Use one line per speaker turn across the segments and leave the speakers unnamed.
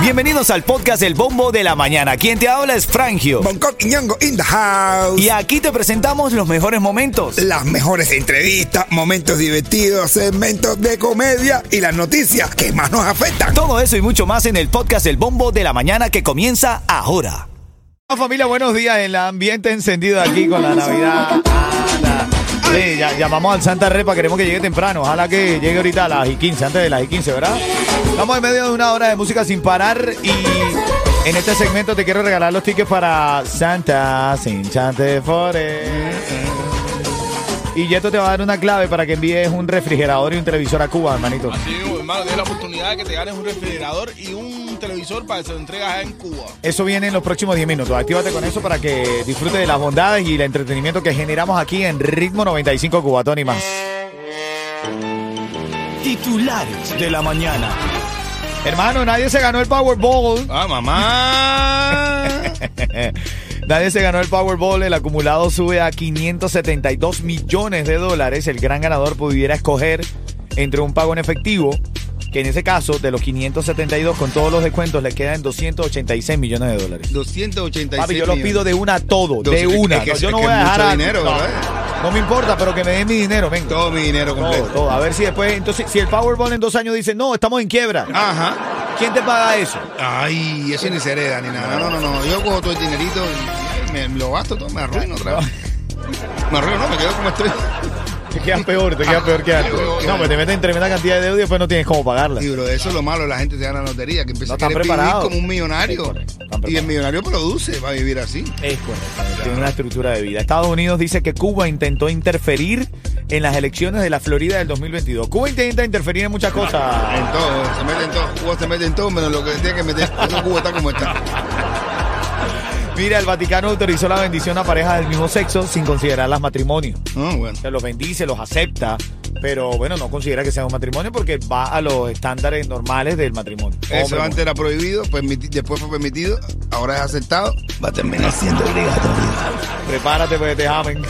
Bienvenidos al podcast El Bombo de la Mañana. Quien te habla es Frangio.
Bangkok y Ñongo in the house.
Y aquí te presentamos los mejores momentos.
Las mejores entrevistas, momentos divertidos, segmentos de comedia y las noticias que más nos afectan.
Todo eso y mucho más en el podcast El Bombo de la Mañana que comienza ahora. Familia, buenos días. El ambiente encendido aquí con la Navidad. Sí, ya- llamamos al Santa Repa, queremos que llegue temprano. Ojalá que llegue ahorita a las y 15, antes de las y 15, ¿verdad? Estamos en medio de una hora de música sin parar y en este segmento te quiero regalar los tickets para Santa Sin Chante Forest. Y Yeto te va a dar una clave para que envíes un refrigerador y un televisor a Cuba, hermanito.
Así mismo, hermano, tienes la oportunidad de que te ganes un refrigerador y un televisor para que se lo entregas allá en Cuba.
Eso viene en los próximos 10 minutos. Actívate con eso para que disfrutes de las bondades y el entretenimiento que generamos aquí en Ritmo 95 Cubatón y más. Titulares de la mañana. Hermano, nadie se ganó el Powerball.
Ah, mamá.
Nadie se ganó el Powerball. El acumulado sube a 572 millones de dólares. El gran ganador pudiera escoger entre un pago en efectivo, que en ese caso, de los 572 con todos los descuentos, le quedan 286 millones de dólares.
286
Papi, yo los
millones.
pido de una a todo,
Dos-
de
es
una.
que-
No, yo
es
no
que
voy a
es mucho
dejar a-
dinero,
no,
¿verdad?
no me importa, pero que me den mi dinero, venga.
Todo mi dinero completo.
Todo, todo. A ver si después, entonces, si el Powerball en dos años dice, no, estamos en quiebra,
Ajá.
¿quién te paga eso?
Ay, eso ni se hereda ni nada. No, no, no. Yo cojo todo el dinerito y me, me lo gasto todo, me arruino otra vez. Me arruino, no, me quedo como estoy.
Te quedas peor, te quedas peor que antes. No, pues te meten tremenda cantidad de deuda y después no tienes cómo pagarla.
Y bro, eso es lo malo, la gente se gana la lotería, que empieza
No
a
están
querer vivir
preparados.
como un
Es
millonario.
correcto, están
Y el
preparados.
millonario produce para vivir así.
Es correcto. Tiene una estructura de vida. Estados Unidos dice que Cuba intentó interferir en las elecciones de la Florida del 2022. Cuba intenta interferir en muchas cosas.
En todo, se mete en todo. Cuba se mete en todo, menos lo que tiene que meter. Eso Cuba está como está.
Mira, el Vaticano autorizó la bendición a parejas del mismo sexo sin considerar las matrimonios.
No, bueno.
O sea, los bendice, los acepta, pero bueno, no considera que sea un matrimonio porque va a los estándares normales del matrimonio.
Eso
Hombre,
antes era prohibido, permiti- después fue permitido, ahora es aceptado. Va a terminar siendo obligatorio.
mujer, Prepárate porque te amen.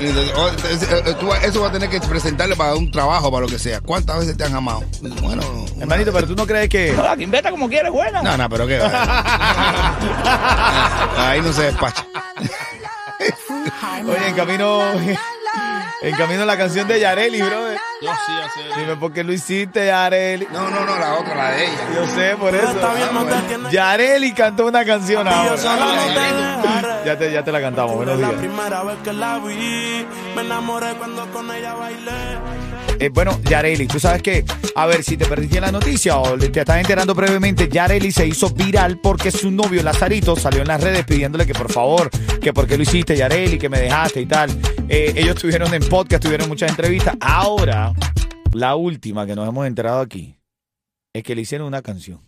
Entonces, o- entonces, eh, eh, tú va- eso va a tener que presentarle para un trabajo, para lo que sea. ¿Cuántas veces te han amado? Bueno, una-
Hermanito, pero tú no crees que...
no, no, pero qué. va. Ahí no se despacha.
Oye, en camino... En camino la canción de Yareli, brother.
Yo sí, así es.
Dime por qué lo hiciste, Yareli.
No, no, no, la otra, la de ella.
Yo sé, por eso. Yareli cantó una canción ahora. Ya te, ya te la cantamos, buenos
La
días.
primera vez que la vi, me enamoré cuando con ella bailé.
Eh, bueno, Yareli, tú sabes que, a ver, si te perdiste la noticia o le- te estás enterando brevemente, Yareli se hizo viral porque su novio Lazarito salió en las redes pidiéndole que por favor, que por qué lo hiciste, Yareli, que me dejaste y tal. Eh, ellos estuvieron en podcast, tuvieron muchas entrevistas. Ahora, la última que nos hemos enterado aquí es que le hicieron una canción.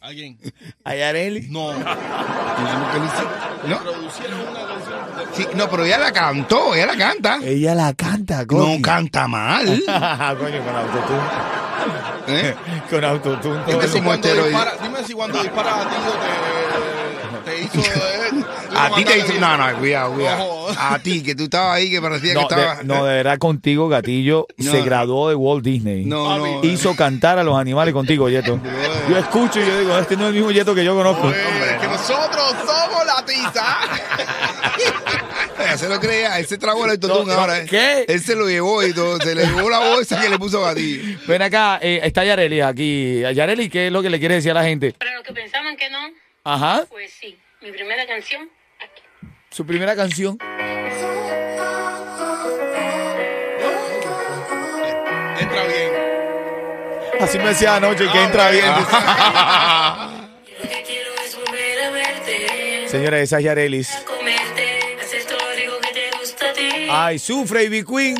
¿Alguien?
A Yareli.
No.
Tenemos que decir- No,
Producieron una canción. de-
sí, no, pero ella la cantó, ella la canta.
Ella la canta,
No
coño.
canta mal.
Coño, con autotune.
¿eh?
Con autotune. todo
Este
Dime
es
eso.
si
como
cuando
esteroide.
dispara- Dime si cuando disparas a ti te, te hizo. eh,
A ti te dice, no, no, cuidado,
No
cuidado.
jodas.
A ti, que tú estabas ahí, que parecía que
No
estabas.
de, no, de verdad contigo, Gatillo
No.
se graduó de Walt Disney.
no, no.
Hizo cantar a los animales contigo, Yeto. Yo escucho y yo digo, este no es el mismo Yeto que yo conozco.
Eh, que nosotros somos la tiza.
Ella se lo creía, él se tragó el autotune
No, no,
ahora. ¿eh?
¿qué?
Él se lo llevó y todo, se le llevó la bolsa que le puso gatillo.
Ven acá, eh, está Yareli aquí. Yareli, ¿qué es lo que le quiere decir a la gente?
Para los que pensaban que no,
Ajá,
pues sí. Mi primera canción, aquí.
su primera canción.
Entra bien.
Así me decía anoche, que entra bien.
Ah.
Lo que quiero es volver a verte,
Señora, esa es Yarelis.
a comerte, hacer todo rico que te gusta a ti.
Ay, sufre, Ivy Queen.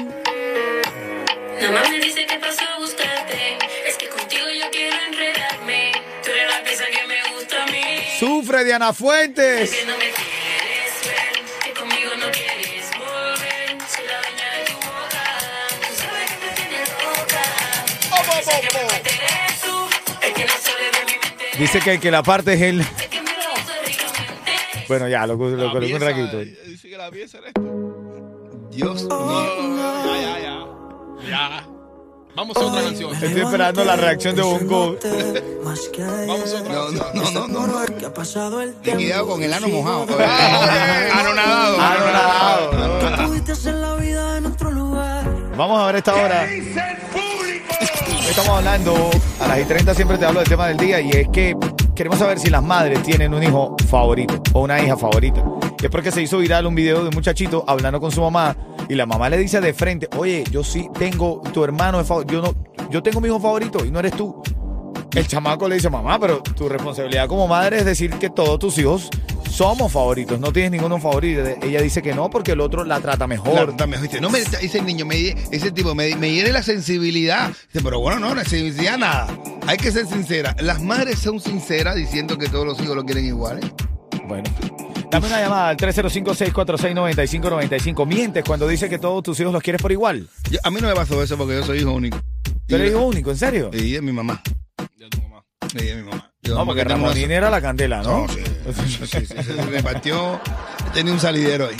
Nada más me dice que pasó a buscarte, es que contigo yo quiero enredarme. Tú eres la pieza que me gusta a mí.
Sufre, Diana
Que
Fuentes.
no me quieres ver, que conmigo no quieres volver. Soy la dueña de tu boca, tú sabes que me tienes loca. Sé que me fuiste eres tú, el que no sale de mi mente.
Dice que, que la parte es él.
el que me lo hizo ricamente.
Bueno, ya, lo, lo
La
coloqué un
pieza,
raquito.
eh, Dice que la pieza eres tú.
Dios mío.
Ya, ya, ya. Ya. Vamos a otra canción.
Estoy esperando la reacción de Bongo.
Vamos a otra
No,
canción.
no, no, no, no.
¿Qué ha pasado el
Ten cuidado con el ano
Ah,
mojado.
Anonadado.
Anonadado.
Tuviste en la vida en otro lugar.
Vamos a ver esta hora. ¿Qué Estamos hablando, a las y 30 siempre te hablo del tema del día y es que queremos saber si las madres tienen un hijo favorito o una hija favorita. Y es porque se hizo viral un video de un muchachito hablando con su mamá y la mamá le dice de frente, oye, yo sí tengo, tu hermano es favorito, yo, no, yo tengo mi hijo favorito y no eres tú. El chamaco le dice, mamá, pero tu responsabilidad como madre es decir que todos tus hijos somos favoritos, no tienes ninguno favorito. Ella dice que no porque el otro la trata mejor.
Claro, dame, oíste, No me dice el niño, me, ese tipo me, me hiere la sensibilidad. Dice, pero bueno, no, la sensibilidad nada. Hay que ser sincera. Las madres son sinceras diciendo que todos los hijos lo quieren igual. ¿eh?
Bueno. Dame una llamada al 305-646-9595. Mientes cuando dices que todos tus hijos los quieres por igual.
Yo- a mí no me pasó eso porque yo soy hijo único.
Tú
Y-
eres hijo único, ¿en serio?
Y es mi mamá.
De tu mamá.
Y es mi mamá. Yo
No,
amo
porque
que tengo
Ramonín
una-
era la candela, ¿no?
No, sí, sí, sí, sí, se repartió. Tenía un salidero ahí.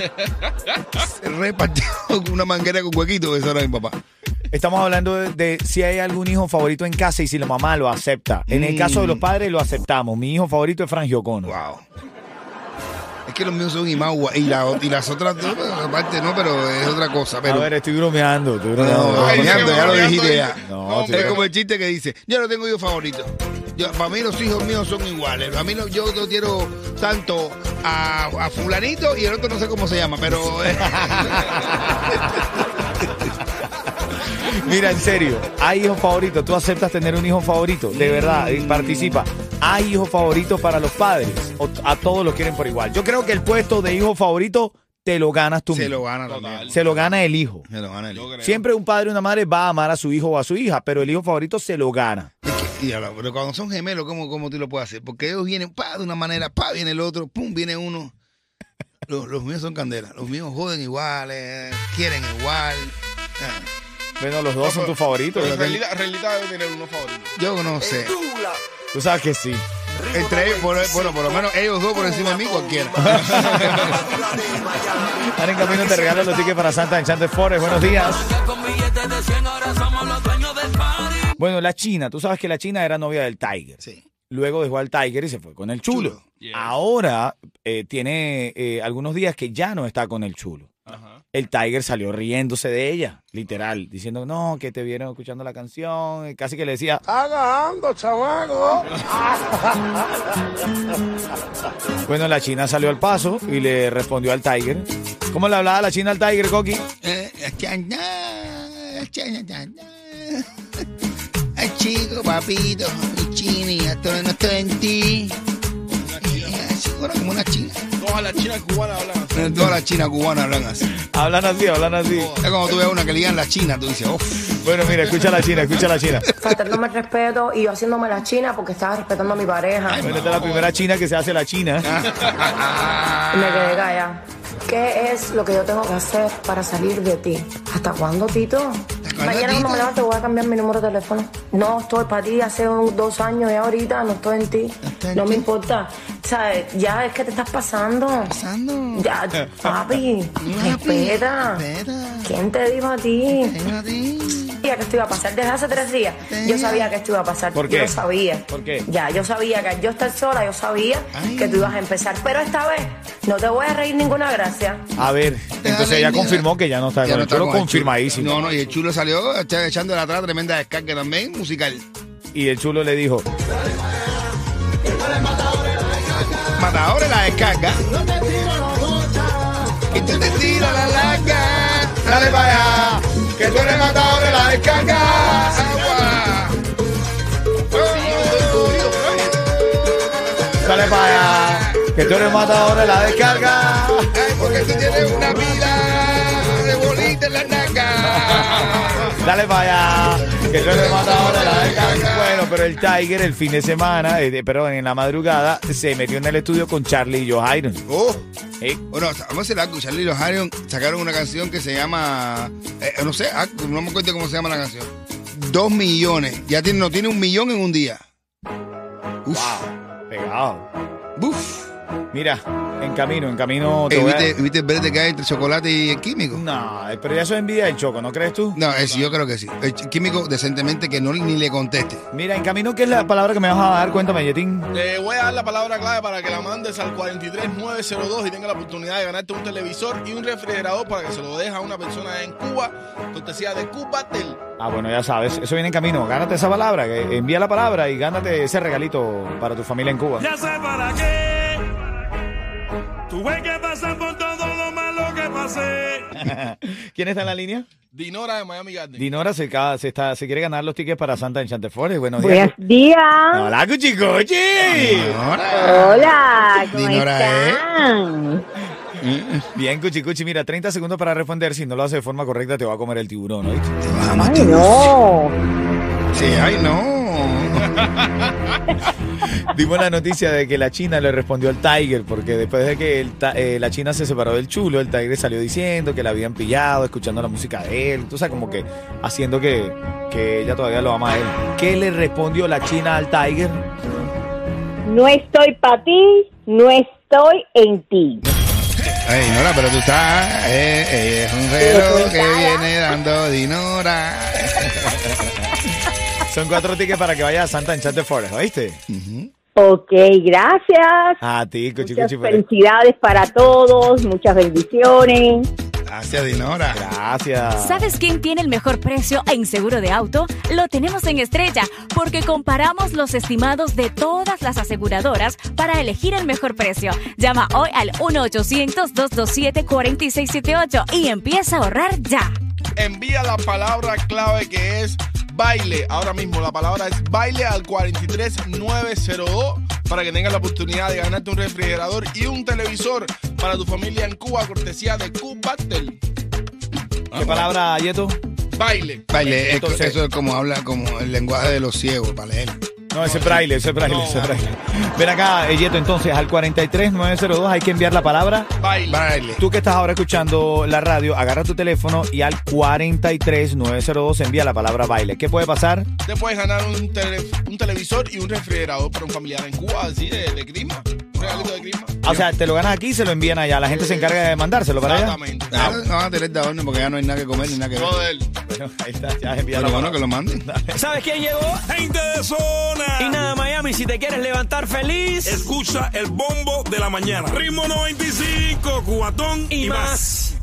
se repartió con una manguera con huequito. Eso era mi papá.
Estamos hablando de, de si hay algún hijo favorito en casa y si la mamá lo acepta. En el caso
Mm.
de los padres, lo aceptamos. Mi hijo favorito es Fran Giocono.
Wow. Es que los míos son Imagua y, la- y las otras dos, pues, aparte no, pero es otra cosa. Pero,
A ver, estoy bromeando, estoy
no,
bromeando.
no,
Ay,
bromeando, ya lo
bromeando,
dijiste ya.
dice.
No,
No,
tío.
es como el chiste que dice, yo no tengo hijos favoritos. Yo, para mí los hijos míos son iguales. A mí no- yo no quiero tanto a, a fulanito y el otro no sé cómo se llama, pero... eh,
Mira, en serio, hay hijos favoritos. Tú aceptas tener un hijo favorito, de verdad, y participa. Hay hijos favoritos para los padres. O t- a todos los quieren por igual. Yo creo que el puesto de hijo favorito te lo ganas tú
se
mismo.
lo gana
Total.
también.
Se lo gana el hijo.
Se lo gana el
Yo creo.
Siempre un padre o una madre va a amar a su hijo o a su hija, pero el hijo favorito se lo gana.
Es que- y ahora, pero cuando son gemelos, ¿cómo, ¿cómo tú lo puedes hacer? Porque ellos vienen, pa, de una manera, pa, viene el otro, pum, viene uno. Los, los míos son candelas. Los míos joden iguales, quieren igual. Ah,
Bueno, los dos son tus favoritos.
Pues,
Pero Realita, realita debe tener uno favorito.
Yo no sé.
Tú sabes que sí.
Entre ellos, por- bueno, por lo menos ellos dos por encima de mí, cualquiera.
Ahora en camino te regalan los tickets para Santa Enchanted Forest. Buenos días. Bueno, la China. Tú sabes que la China era novia del Tiger.
Sí.
Luego dejó al Tiger y se fue con el chulo.
Chulo.
Yes.
Ahora eh, tiene eh, algunos días que ya no está con el chulo.
Ajá.
El Tiger salió riéndose de ella, literal, diciendo, no, que te vieron escuchando la canción. y Casi que le decía, bueno, la China salió al paso y le respondió al Tiger. ¿Cómo le hablaba la China al Tiger, Coqui?
Eh, chan, chan, chan, chan, chan. Ay, chico, papito, mi chini, ya todo no estoy en ti. Y, ay, chico, era como una china. Eh,
Todas las chinas cubanas hablan así.
Todas las chinas cubanas hablan así.
Hablan así, hablan así.
Ya cuando tú ves una que le digan la china, tú dices, "Oh, uff.
Bueno, mira, escucha a la China, escucha a la China.
faltándome el respeto y yo haciéndome la china porque estaba respetando a mi pareja.
Bueno, esta es la primera China que se hace la China.
Y me quedé callada. ¿Qué es lo que yo tengo que hacer para salir de ti? ¿Hasta cuándo, Tito?
cuándo,
Mañana cuando
Tito?
me levante voy a cambiar mi número de teléfono. No estoy para ti, hace un- dos años y ahorita no estoy en ti.
estoy en
No
ti.
me importa. ¿Sabes? Ya es que te estás pasando.
Pasando.
Ya, papi, respeta.
Espera.
¿Quién te dijo a ti?
Espera a ti.
sabía que esto iba a pasar desde hace tres días. Yo sabía que esto iba a pasar.
¿Por qué?
Yo lo sabía.
¿Por qué?
Ya, yo sabía que al yo estar sola, yo sabía
Ay.
que tú ibas a empezar. Pero esta vez no te voy a reír ninguna gracia.
A ver, entonces ella confirmó que ya no está
Ya
con el
está
chulo,
con el chulo.
confirmadísimo.
No, no, y el chulo salió echa- echándole atrás tremenda descarga también, musical.
Y el chulo le dijo,
Matadores la descarga. Que tú te tiras la larga. Dale para allá. Que tú eres matador de la descarga. Agua.
sale para allá, que tú eres matador de la descarga.
Ay, porque tú tienes una vida de bolita en la naca.
Dale para allá, que tú eres matador de la descarga. Bueno, pero el Tiger el fin de semana, eh, de- perdón, en la madrugada, se metió en el estudio con Charlie y Joe Iron.
Oh.
Eh,
Bueno, vamos a hacer algo. Charlie y los Harrion sacaron una canción que se llama. eh, no sé, ah, no me acuerdo cómo se llama la canción. Dos millones. Ya tiene, no tiene un millón en un día. Uf.
Pegado.
Uf.
Mira, En camino, en camino. te
Ey,
voy a-
¿viste, viste el verde que hay entre el chocolate y el químico?
No, pero ya eso es envidia del choco, ¿no crees tú?
No, es, yo creo que sí. El ch- químico decentemente que no ni le conteste.
Mira, en camino, ¿qué es la palabra que me vas a dar? Cuéntame, Yetín.
Te voy a dar la palabra clave para que la mandes al 43902 y tengas la oportunidad de ganarte un televisor y un refrigerador para que se lo dejes a una persona en Cuba, cortesía de Cubatel.
Ah, bueno, ya sabes, eso viene en camino. Gánate esa palabra, que- envía la palabra y gánate ese regalito para tu familia en Cuba.
Ya sé para qué. Tuve que pasar por todo lo malo que pasé.
¿Quién está en la línea?
Dinora de Miami Garden.
Dinora se, ca- se está, se quiere ganar los tickets para Santa en Chantefores. Buenos días.
Buenos días.
Hola, Cuchicuchi.
Hola, ¿cómo
Dinora, ¿eh?
están?
Bien, Cuchicuchi, mira, 30 segundos para responder. Si no lo haces de forma correcta, te va a comer el tiburón, ¿oíste?
Ay, no.
Sí, ay, no.
Dimos la noticia de que la China le respondió al Tiger, porque después de que el ta- eh, la China se separó del chulo, el Tiger salió diciendo que la habían pillado, escuchando la música de él, tú sabes, como que haciendo que, que ella todavía lo ama a él. ¿Qué le respondió la China al Tiger?
No estoy para ti, no estoy en ti.
Ey, Dinora, pero tú estás. eh, eh, es un reloj que viene dando Dinora.
Son cuatro tickets para que vaya a Santa Enchanted Forest, ¿oíste?
Ok, gracias.
Ah,
A ti, cuchi,
Muchas
cuchi,
eh.
por-
felicidades para todos, muchas bendiciones.
Gracias, Dinora.
Gracias.
¿Sabes quién tiene el mejor precio en seguro de auto? Lo tenemos en Estrella, porque comparamos los estimados de todas las aseguradoras para elegir el mejor precio. Llama hoy al 1-800-227-4678 y empieza a ahorrar ya.
Envía la palabra clave que es baile. Ahora mismo la palabra es baile al 43902 para que tengas la oportunidad de ganarte un refrigerador y un televisor para tu familia en Cuba, cortesía de Cubatel.
¿Qué palabra, Yeto?
Baile.
Baile, es-
Entonces-
eso es como habla, como el lenguaje de los ciegos, para leer.
No, ese es braille, ese es braille, ese es braille. Ven acá, eh, Yeto, entonces, al 43902 hay que enviar la palabra
Baile.
Baile.
Tú que estás ahora escuchando la radio, agarra tu teléfono y al 43902 envía la palabra baile. ¿Qué puede pasar?
Te puedes ganar un, tele- un televisor y un refrigerador para un familiar en Cuba, así de, de crisma. Un regalito de crisma.
Ah, O sea, te lo ganas aquí y se lo envían allá. La gente se encarga de mandárselo para allá.
Exactamente.
Ah, No, van a tener de adorno porque ya no hay nada que comer ni nada que ver.
Joder.
Bueno, ahí está, ya has enviado
Pero
la
bueno,
palabra.
que lo manden.
¿Sabes quién llegó?
Gente de zona.
Y nada, Miami, si te quieres levantar feliz
Escucha el bombo de la mañana. Ritmo 95, cubatón y,
y más.